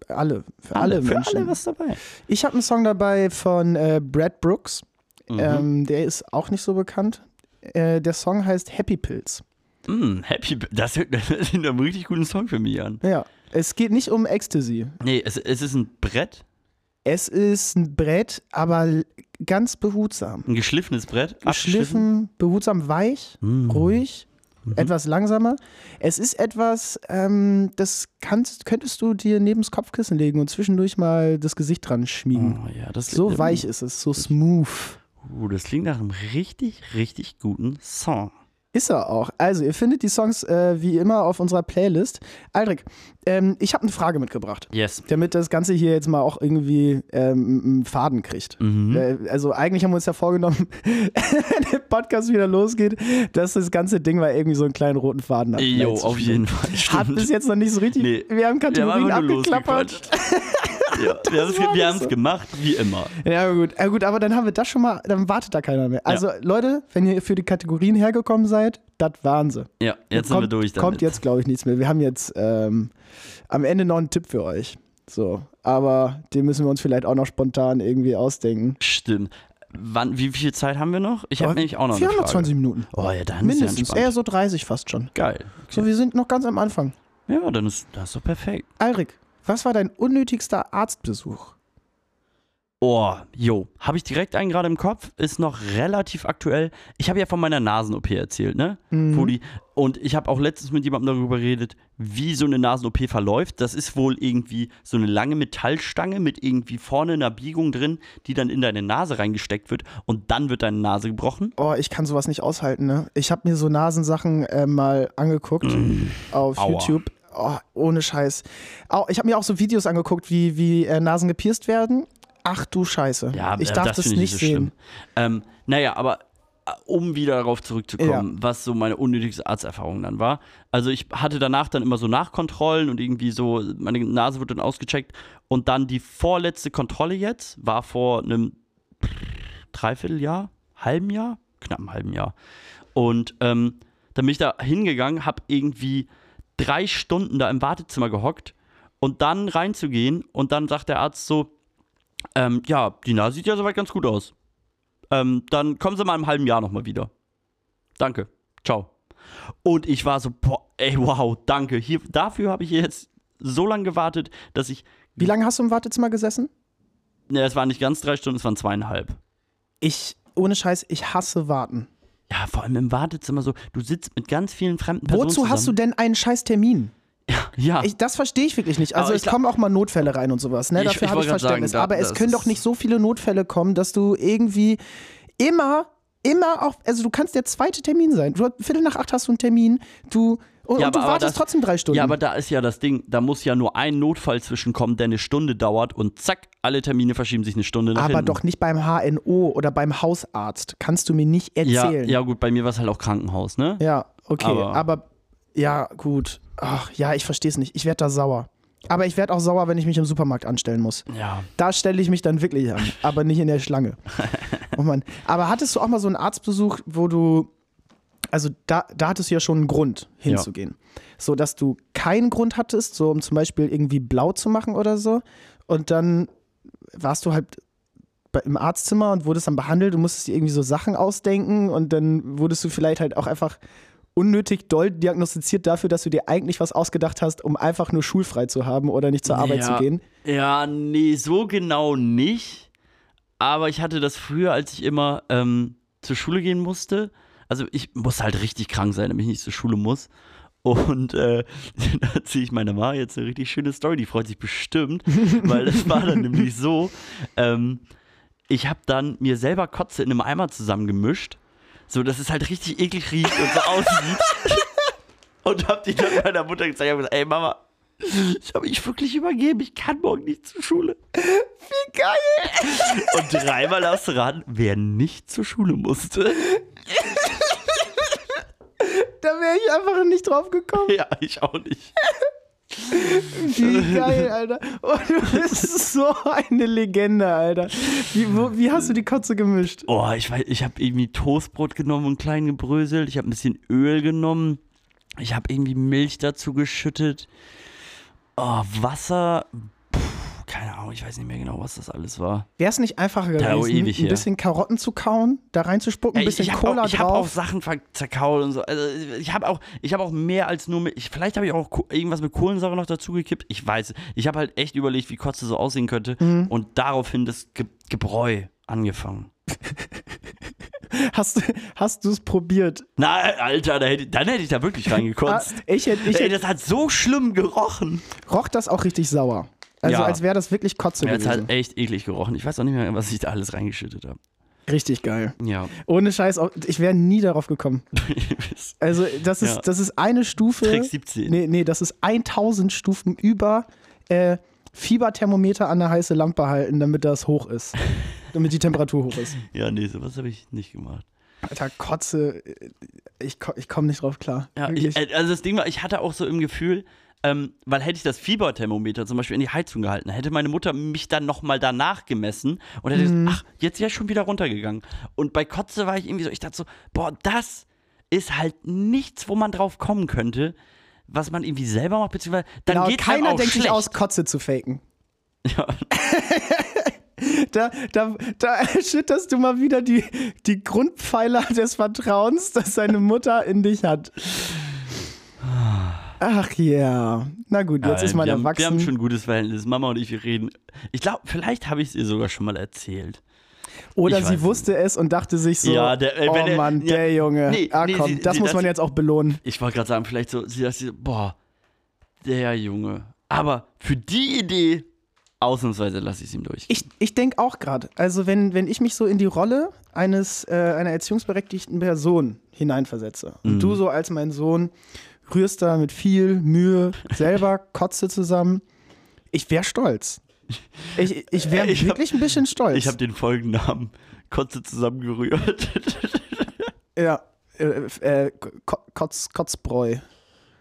alle, für alle, für Menschen. alle was dabei. Ich habe einen Song dabei von äh, Brad Brooks. Mhm. Ähm, der ist auch nicht so bekannt. Äh, der Song heißt Happy Pills. Mm, happy, B- das hört das hört sich nach einem richtig guten Song für mich an. Ja. Es geht nicht um Ecstasy. Nee, es, es ist ein Brett, Es ist ein Brett, aber l- ganz behutsam. ein geschliffenes Brett. abgeschliffen. Mm. Mhm. Geschliffen, behutsam, weich, ruhig, etwas langsamer. Es ist etwas, ähm, das kannst, könntest du dir neben das Kopfkissen legen und zwischendurch mal das Gesicht dran schmiegen. Oh, ja, das, So weich ist es, so smooth. Uh, das klingt nach einem richtig, richtig guten Song. Ist er auch. Also, ihr findet die Songs äh, wie immer auf unserer Playlist. Aldrich, ähm, ich habe eine Frage mitgebracht, Yes. damit das Ganze hier jetzt mal auch irgendwie ähm, einen Faden kriegt. Mhm. Äh, also, eigentlich haben wir uns ja vorgenommen, wenn der Podcast wieder losgeht, dass das ganze Ding mal irgendwie so einen kleinen roten Faden hat. Jo, Vielleicht auf zwischen- jeden Fall. Hat Stimmt. bis jetzt noch nicht so richtig. Nee. Wir haben Kategorien einfach nur abgeklappert. losgequatscht. ja, wir haben es war wir das haben's so. gemacht, wie immer. Ja, gut. ja, gut, aber dann haben wir das schon mal, dann wartet da keiner mehr. Also, Leute, wenn ihr für die Kategorien hergekommen seid, das waren sie. Ja, jetzt sind kommt, wir durch damit. Kommt jetzt, glaube ich, nichts mehr. Wir haben jetzt ähm, am Ende noch einen Tipp für euch. So, aber den müssen wir uns vielleicht auch noch spontan irgendwie ausdenken. Stimmt. Wann, wie viel Zeit haben wir noch? Ich habe nämlich auch noch Wir eine haben noch Frage. 20 Minuten. Oh ja, dann Mindestens. ist ja Eher entspannt. so 30 fast schon. Geil. So, wir sind noch ganz am Anfang. Ja, dann ist das ist doch perfekt. Alrik, was war dein unnötigster Arztbesuch? Oh, jo. Habe ich direkt einen gerade im Kopf. Ist noch relativ aktuell. Ich habe ja von meiner Nasen-OP erzählt, ne? Mhm. Wo die, und ich habe auch letztens mit jemandem darüber geredet, wie so eine Nasen-OP verläuft. Das ist wohl irgendwie so eine lange Metallstange mit irgendwie vorne einer Biegung drin, die dann in deine Nase reingesteckt wird und dann wird deine Nase gebrochen. Oh, ich kann sowas nicht aushalten, ne? Ich habe mir so Nasensachen äh, mal angeguckt auf Mm. Aua. YouTube. Oh, ohne Scheiß. Au, ich habe mir auch so Videos angeguckt, wie, wie äh, Nasen gepierst werden. Ach du Scheiße. Ja, ich äh, darf das das, finde nicht ich so sehen. schlimm. Ähm, naja, aber äh, um wieder darauf zurückzukommen, was so meine unnötigste Arzterfahrung dann war. Also ich hatte danach dann immer so Nachkontrollen und irgendwie so, meine Nase wurde dann ausgecheckt und dann die vorletzte Kontrolle jetzt war vor einem Dreivierteljahr, halben Jahr, knapp einem halben Jahr. Und ähm, dann bin ich da hingegangen, habe irgendwie drei Stunden da im Wartezimmer gehockt und dann reinzugehen und dann sagt der Arzt so, ähm, ja, die Nase sieht ja soweit ganz gut aus. Ähm, dann kommen Sie mal im halben Jahr nochmal wieder. Danke. Ciao. Und ich war so, boah, ey, wow, danke. Hier, dafür habe ich jetzt so lange gewartet, dass ich, Wie lange hast du im Wartezimmer gesessen? ne, es waren nicht ganz drei Stunden, es waren zweieinhalb. Ich, ohne Scheiß, ich hasse Warten. Ja, vor allem im Wartezimmer so. Du sitzt mit ganz vielen fremden Personen. Wozu hast du denn einen scheiß Termin? du. Ja, Ich, das verstehe ich wirklich nicht. Also Aber es ich glaub- kommen auch mal Notfälle rein und sowas. Ne? Ich- Dafür ich habe ich wollte gerade Verständnis. sagen, da- Aber es das können doch ist- nicht so viele Notfälle kommen, dass du irgendwie immer, immer auch, also du kannst der zweite Termin sein. Du, Viertel nach acht hast du einen Termin, du und, ja, und du wartest trotzdem drei Stunden. Ja, aber da ist ja das Ding, da muss ja nur ein Notfall zwischenkommen, der eine Stunde dauert und zack, alle Termine verschieben sich eine Stunde nach aber hinten. doch nicht beim HNO oder beim Hausarzt. Kannst du mir nicht ja, erzählen. ja, gut, bei mir war es halt auch Krankenhaus, ne? Ja, okay, aber, Aber- ja, gut. Ach, ja, ich verstehe es nicht. Ich werde da sauer. Aber ich werde auch sauer, wenn ich mich im Supermarkt anstellen muss. Ja. Da stelle ich mich dann wirklich an, aber nicht in der Schlange. Oh Mann. Aber hattest du auch mal so einen Arztbesuch, wo du also da, da hattest du ja schon einen Grund hinzugehen. So, dass du keinen Grund hattest, so um zum Beispiel irgendwie blau zu machen oder so. Und dann warst du halt bei- im Arztzimmer und wurdest dann behandelt und musstest dir irgendwie so Sachen ausdenken und dann wurdest du vielleicht halt auch einfach unnötig doll diagnostiziert dafür, dass du dir eigentlich was ausgedacht hast, um einfach nur schulfrei zu haben oder nicht zur Arbeit zu Ja. gehen. Ja, nee, so genau nicht. Aber ich hatte das früher, als ich immer ähm, zur Schule gehen musste. Also ich muss halt richtig krank sein, damit ich nicht zur Schule muss. Und äh, da erzähle ich meiner Mama jetzt eine richtig schöne Story, die freut sich bestimmt, weil das war dann nämlich so. Ähm, ich habe dann mir selber Kotze in einem Eimer zusammengemischt, so dass es halt richtig eklig riecht und so aussieht. und habe die dann meiner Mutter gezeigt und hab gesagt, ey Mama, ich habe mich wirklich übergeben. Ich kann morgen nicht zur Schule. Wie geil! Und dreimal darfst du raten, wer nicht zur Schule musste. Da wäre ich einfach nicht drauf gekommen. Ja, ich auch nicht. Wie geil, Alter. Oh, du bist so eine Legende, Alter. Wie, wo, wie hast du die Kotze gemischt? Oh, ich weiß, ich habe irgendwie Toastbrot genommen und klein gebröselt. Ich habe ein bisschen Öl genommen. Ich habe irgendwie Milch dazu geschüttet. Oh, Wasser. Puh, keine Ahnung, ich weiß nicht mehr genau, was das alles war. Wäre es nicht einfacher Ja, oh, gewesen, ewig ein her. bisschen Karotten zu kauen, da reinzuspucken, ein Ey, bisschen ich hab Cola auch, ich habe auch drauf? Sachen ver- zerkaut und so. Also, ich habe auch, ich hab auch mehr als nur mit. Ich, vielleicht habe ich auch Ko- irgendwas mit Kohlensäure noch dazu gekippt. Ich weiß. es. Ich habe halt echt überlegt, wie Kotze so aussehen könnte. Mhm. Und daraufhin das Ge Gebräu angefangen. hast du hast du es probiert? Na, Alter, da hätte, dann hätte ich da wirklich reingekotzt. Ah, ich hätte, ich Ey, hätte, das hat so schlimm gerochen. roch das auch richtig sauer. Also Ja. als wäre das wirklich Kotze Ja, es gewesen. hat halt echt eklig gerochen. Ich weiß auch nicht mehr, was ich da alles reingeschüttet habe. richtig geil. Ja. Ohne Scheiß, auch- ich wäre nie darauf gekommen. Also das ist Ja. das ist eine Stufe. Trick 17. Nee, nee, das ist 1000 Stufen über äh, Fieberthermometer an der heiße Lampe halten, damit das hoch ist. damit die Temperatur hoch ist. ja, nee, sowas habe ich nicht gemacht. Alter, Kotze, äh, ich, ko- ich komme nicht drauf klar. Ja, Wirklich. ich, äh, also das Ding war, ich hatte auch so im Gefühl, ähm, weil hätte ich das Fieberthermometer zum Beispiel in die Heizung gehalten, hätte meine Mutter mich dann nochmal danach gemessen und hätte Mhm. gesagt, ach, jetzt ist ja schon wieder runtergegangen. Und bei Kotze war ich irgendwie so, ich dachte so, boah, das ist halt nichts, wo man drauf kommen könnte, was man irgendwie selber macht, beziehungsweise dann Genau, geht keiner auch denkt schlecht. sich aus, Kotze zu faken. Ja. Da, da, da erschütterst du mal wieder die, die Grundpfeiler des Vertrauens, das deine Mutter in dich hat. Ach ja. Na gut, jetzt Nein, ist man wir erwachsen. Haben, wir haben schon ein gutes Verhältnis, Mama und ich, wir reden. Ich glaube, vielleicht habe ich es ihr sogar schon mal erzählt. Oder ich sie weiß wusste es und dachte sich so, Ja, der- wenn oh er- Mann, ja, der Junge. nee, ah nee, komm, sie- das sie- muss das- man jetzt auch belohnen. Ich wollte gerade sagen, vielleicht so, sie dachte, boah, der Junge. Aber für die Idee, ausnahmsweise lasse ich es ihm durch. Ich, ich denke auch gerade, also wenn, wenn ich mich so in die Rolle eines äh, einer erziehungsberechtigten Person hineinversetze Mhm. und du so als mein Sohn rührst da mit viel Mühe selber Kotze zusammen, ich wäre stolz. Ich, ich wäre Äh, ich hab- wirklich ein bisschen stolz. Ich habe den Folgennamen Kotze zusammengerührt. ja, äh, äh, Ko- Kotz, Kotzbräu,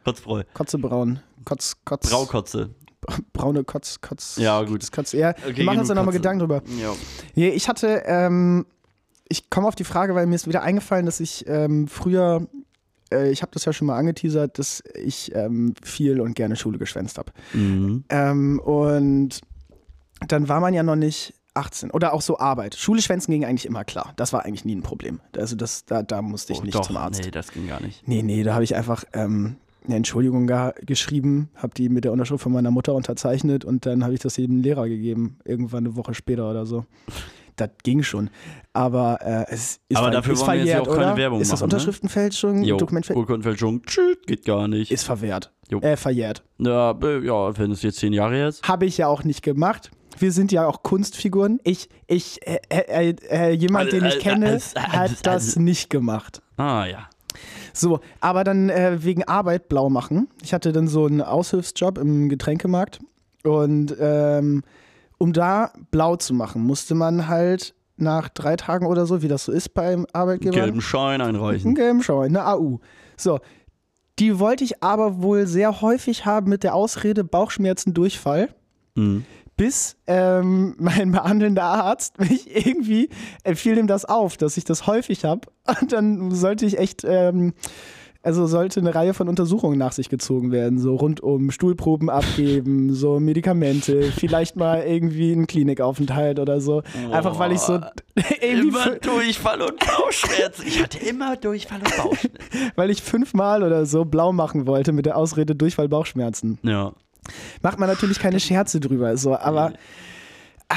Kotzbräu. Kotzebraun, Kotz, Kotz, Braukotze. braune Kotz, Kotz. Ja, gut. Das Kotz, ja. Okay, Wir machen uns genug da nochmal Kotze. Gedanken drüber. Ja. Nee, ich hatte, ähm, ich komme auf die Frage, weil mir ist wieder eingefallen, dass ich ähm, früher, äh, ich habe das ja schon mal angeteasert, dass ich ähm, viel und gerne Schule geschwänzt habe. Mhm. Ähm, und dann war man ja noch nicht 18 oder auch so Arbeit. Schule schwänzen ging eigentlich immer klar. Das war eigentlich nie ein Problem. Also das, da, da musste ich Oh, nicht doch, zum Arzt. Nee, das ging gar nicht. Nee, nee, da habe ich einfach ähm, eine Entschuldigung ge geschrieben, habe die mit der Unterschrift von meiner Mutter unterzeichnet und dann habe ich das jedem Lehrer gegeben, irgendwann eine Woche später oder so. Das ging schon. Aber äh, es ist, Aber ver- dafür ist wollen wir jetzt verjährt, ja auch keine oder? Werbung Ist das machen, ne? Unterschriftenfälschung, Jo, Dokumentfälschung? Urkundenfälschung, tschüss, geht gar nicht. Ist verwehrt. Jo. Äh, verjährt. ja, äh, ja, wenn es jetzt zehn Jahre her ist. Habe ich ja auch nicht gemacht. Wir sind ja auch Kunstfiguren. Ich, ich, äh, äh, äh, jemand, den ich Äh, äh, kenne, äh, äh, äh, hat das äh. nicht gemacht. Ah, ja. So, aber dann äh, wegen Arbeit blau machen. Ich hatte dann so einen Aushilfsjob im Getränkemarkt und ähm, um da blau zu machen, musste man halt nach drei Tagen oder so, wie das so ist beim Arbeitgeber, Gelben Schein einen einreichen. gelben Schein, eine AU. So, die wollte ich aber wohl sehr häufig haben mit der Ausrede Bauchschmerzen, Durchfall. Mhm. bis ähm, mein behandelnder Arzt mich irgendwie äh, fiel ihm das auf, dass ich das häufig habe. Und dann sollte ich echt, ähm, also sollte eine Reihe von Untersuchungen nach sich gezogen werden, so rund um Stuhlproben abgeben, so Medikamente, vielleicht mal irgendwie einen Klinikaufenthalt oder so. Einfach weil ich so irgendwie Immer fü- Durchfall und Bauchschmerzen. Ich hatte immer Durchfall und Bauchschmerzen. weil ich fünfmal oder so blau machen wollte mit der Ausrede Durchfall Bauchschmerzen. Ja. macht man natürlich keine Scherze drüber, so, aber ah,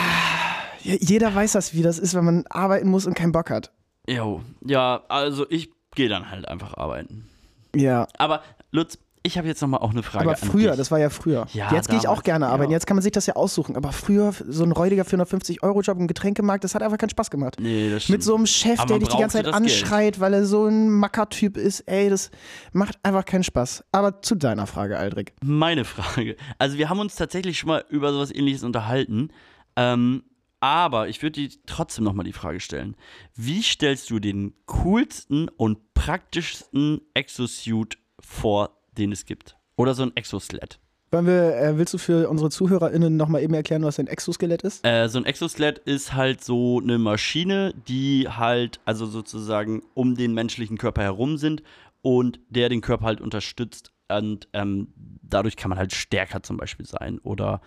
je- jeder weiß das, wie das ist, wenn man arbeiten muss und keinen Bock hat. Jo. Ja, also ich gehe dann halt einfach arbeiten. Ja, Aber Lutz, ich habe jetzt nochmal auch eine Frage. aber an früher, dich. das war ja früher. Ja, jetzt gehe ich auch damals, gerne ja. arbeiten, jetzt kann man sich das ja aussuchen, aber früher so ein räudiger 450-Euro-Job im Getränkemarkt, das hat einfach keinen Spaß gemacht. Nee, das stimmt. Mit so einem Chef, Aber der man dich die ganze Zeit brauchte das Geld. anschreit, weil er so ein Macker-Typ ist, ey, das macht einfach keinen Spaß. Aber zu deiner Frage, Aldrich. Meine Frage. Also wir haben uns tatsächlich schon mal über sowas ähnliches unterhalten. Ähm, aber ich würde dir trotzdem nochmal die Frage stellen. Wie stellst du den coolsten und praktischsten Exosuit vor, den es gibt? Oder so ein Exoskelett? Wollen wir, äh, willst du für unsere ZuhörerInnen nochmal eben erklären, was ein Exoskelett ist? Äh, so ein Exoskelett ist halt so eine Maschine, die halt, also sozusagen um den menschlichen Körper herum sind und der den Körper halt unterstützt. Und ähm, dadurch kann man halt stärker zum Beispiel sein. Oder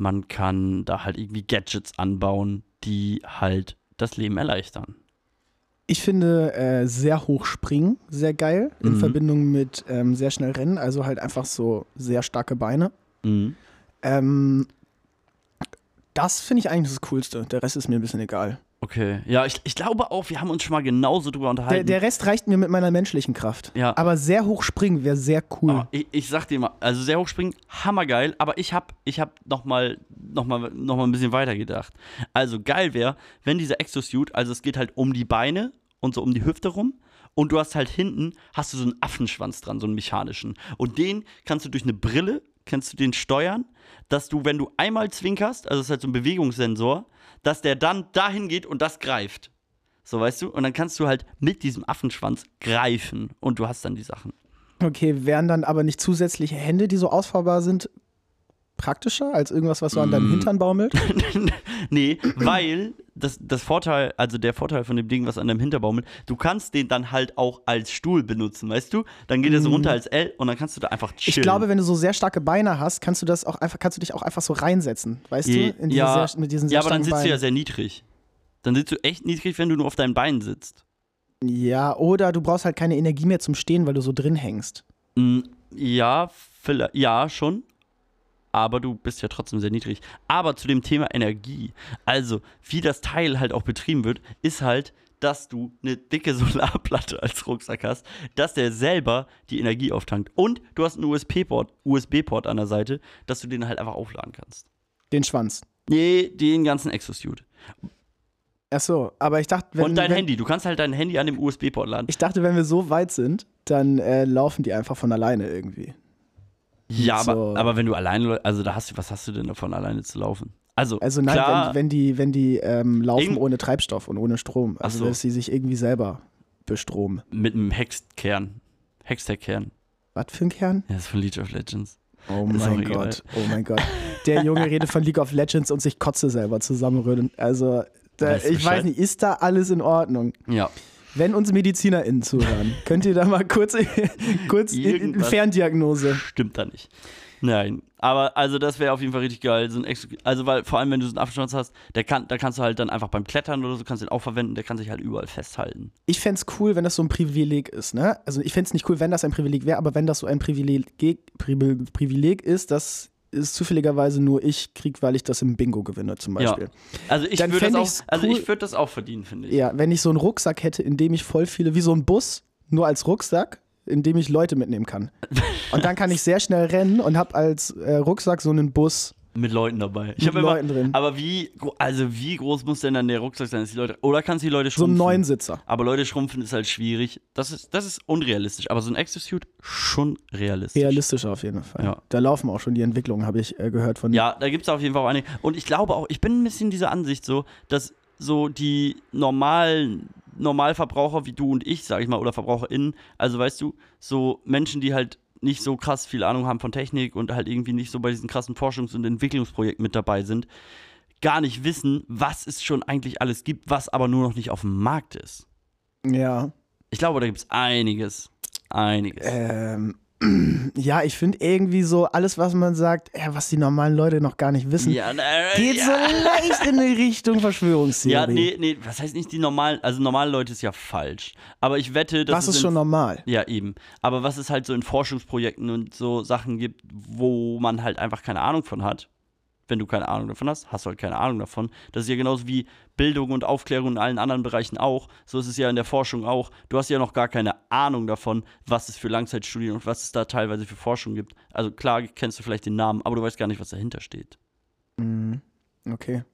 man kann da halt irgendwie Gadgets anbauen, die halt das Leben erleichtern. Ich finde äh, sehr hoch springen sehr geil in Mhm. Verbindung mit ähm, sehr schnell rennen, also halt einfach so sehr starke Beine. Mhm. Ähm, das finde ich eigentlich das Coolste. Der Rest ist mir ein bisschen egal. Okay. Ja, ich, ich glaube auch, wir haben uns schon mal genauso drüber Der, unterhalten. der Rest reicht mir mit meiner menschlichen Kraft. Ja. Aber sehr hoch springen wäre sehr cool. Aber ich, ich sag dir mal, also sehr hochspringen, hammergeil, aber ich hab, ich hab nochmal noch mal, noch mal ein bisschen weiter gedacht. Also geil wäre, wenn dieser Exosuit, also es geht halt um die Beine und so um die Hüfte rum und du hast halt hinten, hast du so einen Affenschwanz dran, so einen mechanischen. Und den kannst du durch eine Brille, kannst du den steuern, dass du, wenn du einmal zwinkerst, also es ist halt so ein Bewegungssensor, dass der dann dahin geht und das greift. So, weißt du? Und dann kannst du halt mit diesem Affenschwanz greifen und du hast dann die Sachen. Okay, wären dann aber nicht zusätzliche Hände, die so ausfahrbar sind, praktischer als irgendwas, was so an deinem Hintern baumelt? nee, weil das, das Vorteil, also der Vorteil von dem Ding, was an deinem Hinterbaum ist, du kannst den dann halt auch als Stuhl benutzen, weißt du? Dann geht er so runter als L und dann kannst du da einfach chillen. Mhm. Ich glaube, wenn du so sehr starke Beine hast, kannst du das auch einfach, kannst du dich auch einfach so reinsetzen, weißt Je- du? In diese ja, sehr, mit diesen sehr ja aber dann starken sitzt Beinen. du ja sehr niedrig. Dann sitzt du echt niedrig, wenn du nur auf deinen Beinen sitzt. Ja, oder du brauchst halt keine Energie mehr zum Stehen, weil du so drin hängst. Mm, Ja, vielleicht, ja, schon. Aber du bist ja trotzdem sehr niedrig. Aber zu dem Thema Energie, also wie das Teil halt auch betrieben wird, ist halt, dass du eine dicke Solarplatte als Rucksack hast, dass der selber die Energie auftankt. Und du hast einen USB-Port USB -Port an der Seite, dass du den halt einfach aufladen kannst. Den Schwanz. Nee, den ganzen Exosuit. Ach so, aber ich dachte, wenn, Und dein wenn, Handy. Du kannst halt dein Handy an dem USB-Port laden. Ich dachte, wenn wir so weit sind, dann äh, laufen die einfach von alleine irgendwie. Ja, aber, so- aber wenn du alleine, also da hast du, was hast du denn davon, alleine zu laufen? Also, Also nein, klar, wenn, wenn die, wenn die ähm, laufen Irgend- ohne Treibstoff und ohne Strom. Also so. dass sie sich irgendwie selber bestromen. Mit einem Hexkern. Hextech-Kern. Was für ein Kern? Ja, Das ist von League of Legends. Oh Ist auch mein egal. Gott, oh mein Gott. Der Junge redet von League of Legends und sich Kotze selber zusammenrödeln. Also, da, Weißt du ich weiß Bescheid? nicht, ist da alles in Ordnung? Ja. Wenn uns MedizinerInnen zuhören, könnt ihr da mal kurz, kurz in- in Irgendwas. Ferndiagnose. Stimmt da nicht. Nein. Aber also das wäre auf jeden Fall richtig geil. So ein Ex also weil vor allem, wenn du so einen Affenschwanz hast, der kann, da kannst du halt dann einfach beim Klettern oder so, kannst du den auch verwenden, der kann sich halt überall festhalten. Ich fänd's cool, wenn das so ein Privileg ist, ne? Also ich fänd's nicht cool, wenn das ein Privileg wäre, aber wenn das so ein Privileg, Privi- Privileg ist, das ist zufälligerweise nur ich krieg, weil ich das im Bingo gewinne zum Beispiel. Also ich Dann würde das, fänd auch- ich's also cool- ich würd das auch verdienen, finde ich. Ja, wenn ich so einen Rucksack hätte, in dem ich voll viele, wie so ein Bus, nur als Rucksack, in dem ich Leute mitnehmen kann. Und dann kann ich sehr schnell rennen und hab als äh, Rucksack so einen Bus. Mit Leuten dabei. Ich Mit hab immer- Leuten drin. Aber wie, gro- also wie groß muss denn dann der Rucksack sein? Dass die Leute, oder kannst du die Leute So schrumpfen? einen Neunsitzer. Aber Leute schrumpfen ist halt schwierig. Das ist, das ist unrealistisch. Aber so ein Exosuit schon realistisch. Realistischer auf jeden Fall. Ja. Da laufen auch schon die Entwicklungen, habe ich äh, gehört von Ja, da gibt es auf jeden Fall auch einige. Und ich glaube auch, ich bin ein bisschen dieser Ansicht so, dass so die normalen Normalverbraucher wie du und ich, sag ich mal, oder VerbraucherInnen, also weißt du, so Menschen, die halt nicht so krass viel Ahnung haben von Technik und halt irgendwie nicht so bei diesen krassen Forschungs- und Entwicklungsprojekten mit dabei sind, gar nicht wissen, was es schon eigentlich alles gibt, was aber nur noch nicht auf dem Markt ist. Ja. Ich glaube, da gibt es einiges. Einiges. Ähm, ja, ich finde irgendwie so alles, was man sagt, äh, was die normalen Leute noch gar nicht wissen, ja, äh, geht so leicht in die Richtung Verschwörungstheorie. ja, nee, nee, was heißt nicht die normalen, also normale Leute ist ja falsch. Aber ich wette, das dass es ist in- schon normal. Ja, eben. Aber was es halt so in Forschungsprojekten und so Sachen gibt, wo man halt einfach keine Ahnung von hat. Wenn du keine Ahnung davon hast, hast du halt keine Ahnung davon. Das ist ja genauso wie Bildung und Aufklärung in allen anderen Bereichen auch. So ist es ja in der Forschung auch. Du hast ja noch gar keine Ahnung davon, was es für Langzeitstudien und was es da teilweise für Forschung gibt. Also klar kennst du vielleicht den Namen, aber du weißt gar nicht, was dahinter steht. Mhm. Okay.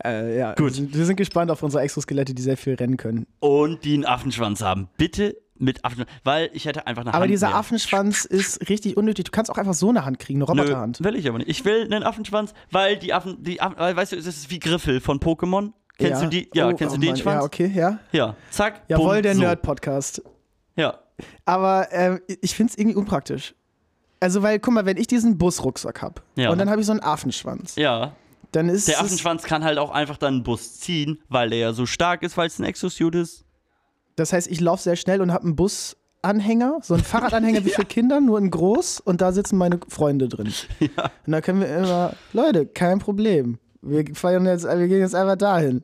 äh, ja, Gut. Wir sind gespannt auf unsere Exoskelette, die sehr viel rennen können. Und die einen Affenschwanz haben. Bitte mit Affenschwanz. Weil ich hätte einfach eine Aber Hand dieser nehmen. Affenschwanz ist richtig unnötig. Du kannst auch einfach so eine Hand kriegen, eine Roboterhand. Nö, will ich aber nicht. Ich will einen Affenschwanz, weil die Affen, die Affen, weil, weißt du, es ist wie Griffel von Pokémon. Kennst du die? Ja, Oh, kennst oh du den Mann. Schwanz? Ja, Ja, okay, ja. zack. Jawohl, bumm, der so. Nerd-Podcast. Ja. Aber ähm, ich finde es irgendwie unpraktisch. Also, weil, guck mal, wenn ich diesen Busrucksack habe Ja. und dann habe ich so einen Affenschwanz, Ja. dann ist Der es- Affenschwanz kann halt auch einfach dann einen Bus ziehen, weil der ja so stark ist, weil es ein Exosuit ist. Das heißt, ich laufe sehr schnell und habe einen Busanhänger, so einen Fahrradanhänger wie für Kinder, nur in groß und da sitzen meine Freunde drin. Und da können wir immer, Leute, kein Problem. Wir feiern jetzt, wir gehen jetzt einfach dahin.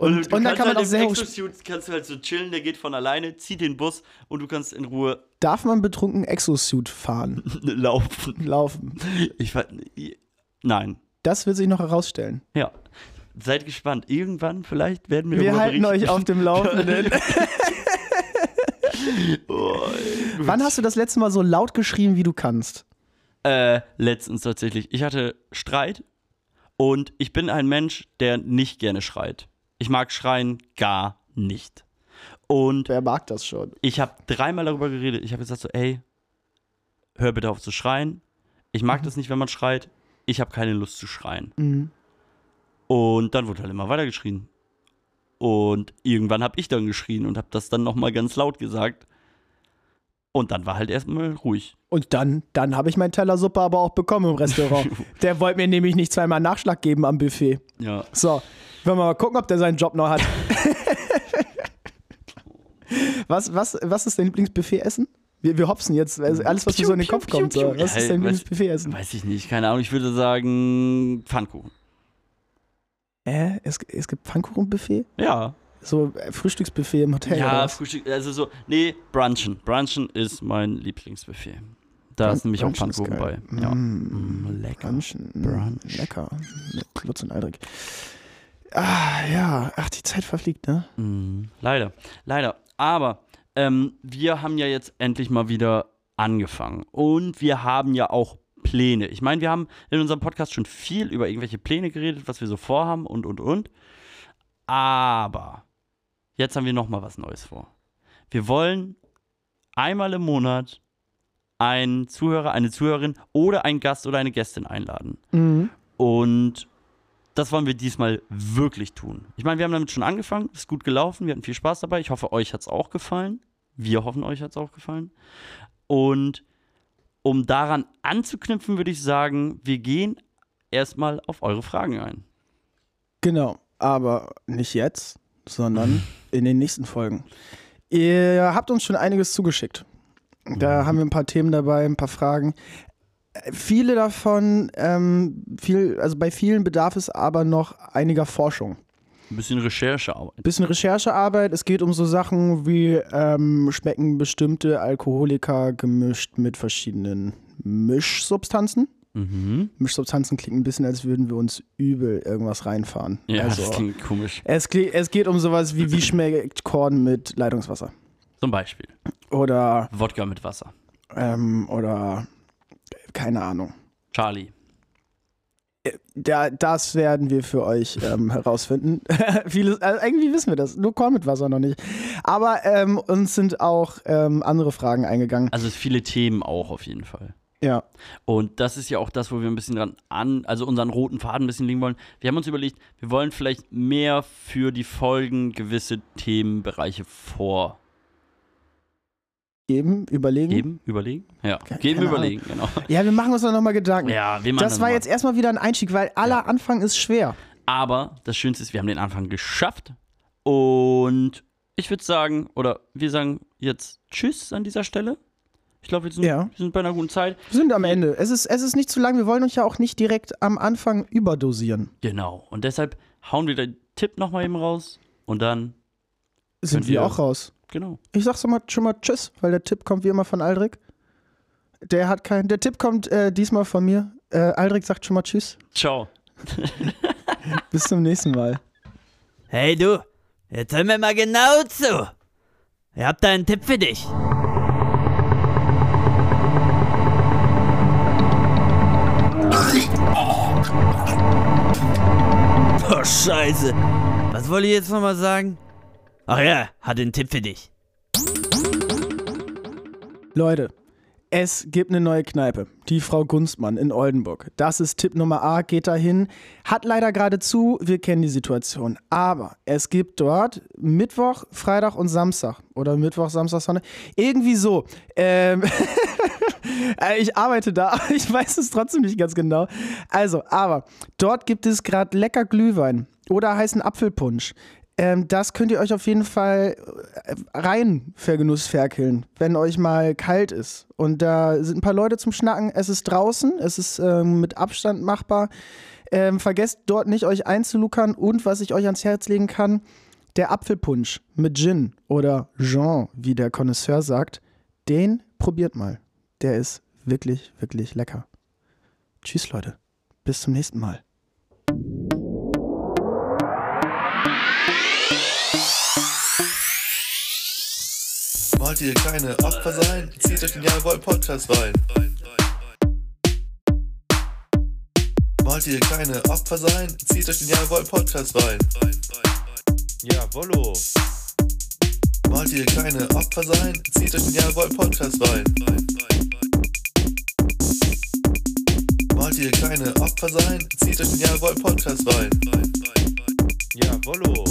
Also, Und, und dann kann man auch sehr hoch. Exosuit halt kannst du halt so chillen, der geht von alleine, zieht den Bus und du kannst in Ruhe Darf man betrunken Exosuit fahren, laufen. laufen? Ich weiß. Nein. Das wird sich noch herausstellen. Ja. Seid gespannt. Irgendwann vielleicht werden wir Wir darüber halten berichten. euch auf dem Laufenden. Wann hast du das letzte Mal so laut geschrien, wie du kannst? Äh, letztens tatsächlich. Ich hatte Streit und ich bin ein Mensch, der nicht gerne schreit. Ich mag schreien gar nicht. Und Wer mag das schon? ich habe dreimal darüber geredet. Ich habe gesagt so, ey, hör bitte auf zu schreien. Ich mag das nicht, wenn man schreit. Ich habe keine Lust zu schreien. Und dann wurde halt immer weiter geschrien. Und irgendwann habe ich dann geschrien und habe das dann nochmal ganz laut gesagt. Und dann war halt erstmal ruhig. Und dann, dann habe ich meinen Teller Suppe aber auch bekommen im Restaurant. der wollte mir nämlich nicht zweimal Nachschlag geben am Buffet. Ja. So, wollen wir mal gucken, ob der seinen Job noch hat. was, was, was ist dein Lieblingsbuffet-Essen? Wir, wir hopsen jetzt, also alles, was mir so in den Kopf kommt. so. Was ist dein Ja, weiß, Lieblingsbuffet-Essen? Weiß ich nicht, keine Ahnung. Ich würde sagen Pfannkuchen. Äh, es, es gibt Pfannkuchenbuffet? Ja. So äh, Frühstücksbuffet im Hotel oder ja, was? Frühstück, also so, nee, Brunchen. Brunchen ist mein Lieblingsbuffet. Da ist nämlich auch Brunchen ist Pfannkuchen bei. geil. Ja. Mm, Mm, lecker. Brunchen. mm, Brunch. Lecker. Mit Lutz und Aldrich. Ah, ja. Ach, die Zeit verfliegt, ne? Mm, leider, leider. Aber ähm, wir haben ja jetzt endlich mal wieder angefangen. Und wir haben ja auch Pläne. Ich meine, wir haben in unserem Podcast schon viel über irgendwelche Pläne geredet, was wir so vorhaben und, und, und. Aber jetzt haben wir noch mal was Neues vor. Wir wollen einmal im Monat einen Zuhörer, eine Zuhörerin oder einen Gast oder eine Gästin einladen. Und das wollen wir diesmal wirklich tun. Ich meine, wir haben damit schon angefangen, ist gut gelaufen, wir hatten viel Spaß dabei. Ich hoffe, euch hat es auch gefallen. Wir hoffen, euch hat es auch gefallen. Und um daran anzuknüpfen, würde ich sagen, wir gehen erstmal auf eure Fragen ein. Genau, aber nicht jetzt, sondern in den nächsten Folgen. Ihr habt uns schon einiges zugeschickt. Mhm. Da haben wir ein paar Themen dabei, ein paar Fragen. Äh, Viele davon, ähm, viel, also bei vielen bedarf es aber noch einiger Forschung. Ein bisschen Recherchearbeit. Bisschen Recherchearbeit. Es geht um so Sachen wie ähm, schmecken bestimmte Alkoholika gemischt mit verschiedenen Mischsubstanzen. Mhm. Mischsubstanzen klingt ein bisschen, als würden wir uns übel irgendwas reinfahren. Ja, also, das klingt komisch. es, kli- es geht um sowas wie, wie schmeckt Korn mit Leitungswasser? Zum Beispiel Oder, Wodka mit Wasser. ähm, oder, keine Ahnung. Charlie. Da, das werden wir für euch ähm, herausfinden. Vieles, also irgendwie wissen wir das. Nur Korn mit Wasser noch nicht. Aber ähm, uns sind auch ähm, andere Fragen eingegangen. Also viele Themen auch auf jeden Fall. Ja. Und das ist ja auch das, wo wir ein bisschen dran an, also unseren roten Faden ein bisschen legen wollen. Wir haben uns überlegt, wir wollen vielleicht mehr für die Folgen gewisse Themenbereiche vor Geben, überlegen. Geben, überlegen? Ja, Mhm. geben, keine überlegen, genau. Ja, wir machen uns doch nochmal Gedanken. Ja, wir machen das das war mal. jetzt eh- erstmal wieder ein Einstieg, weil aller Anfang ist schwer. Aber das Schönste ist, wir haben den Anfang geschafft. Und ich würde sagen, oder wir sagen jetzt Tschüss an dieser Stelle. Ich glaube, wir, sind- Ja. wir sind bei einer guten Zeit. Wir sind am Ende. Es ist, es ist nicht zu lang. Wir wollen euch ja auch nicht direkt am Anfang überdosieren. Genau. Und deshalb hauen wir den Tipp nochmal eben raus. Und dann, Sind Könnt wir ihr- auch raus. genau. Ich sag's doch mal, schon mal Tschüss, weil der Tipp kommt wie immer von Aldrich. Der hat keinen. Der Tipp kommt äh, diesmal von mir. Äh, Aldrich sagt schon mal Tschüss. Ciao. Bis zum nächsten Mal. Hey du, jetzt hör mir mal genau zu. Ich hab da einen Tipp für dich. Oh Scheiße. Was wollte ich jetzt nochmal sagen? Ach ja, hat einen Tipp für dich. Leute, es gibt eine neue Kneipe. Die Frau Gunstmann in Oldenburg. Das ist Tipp Nummer A, geht da hin. Hat leider gerade zu, wir kennen die Situation. Aber es gibt dort Mittwoch, Freitag und Samstag. Oder Mittwoch, Samstag, Sonntag. Irgendwie so. Ähm, Äh, Ich arbeite da, aber ich weiß es trotzdem nicht ganz genau. Also, aber dort gibt es gerade lecker Glühwein oder heißen Apfelpunsch. Ähm, das könnt ihr euch auf jeden Fall äh, rein vergenussferkeln, wenn euch mal kalt ist. Und da sind ein paar Leute zum Schnacken. Es ist draußen, es ist ähm, mit Abstand machbar. Ähm, vergesst dort nicht, euch einzulukern. Und was ich euch ans Herz legen kann, der Apfelpunsch mit Gin oder Jean, wie der Connoisseur sagt, den probiert mal. Der ist wirklich, wirklich lecker. Tschüss, Leute. Bis zum nächsten Mal. Wollt ihr keine Opfer sein? Zieht euch den Jawohl Podcast rein. Wollt ihr keine Opfer sein? Zieht euch den Jawohl Podcast rein. Jawollo. Wollt ihr keine Opfer sein? Zieht euch den Jawohl Podcast rein. Wollt ihr keine Opfer sein? Zieht euch den Jawohl Podcast rein. Jawollo.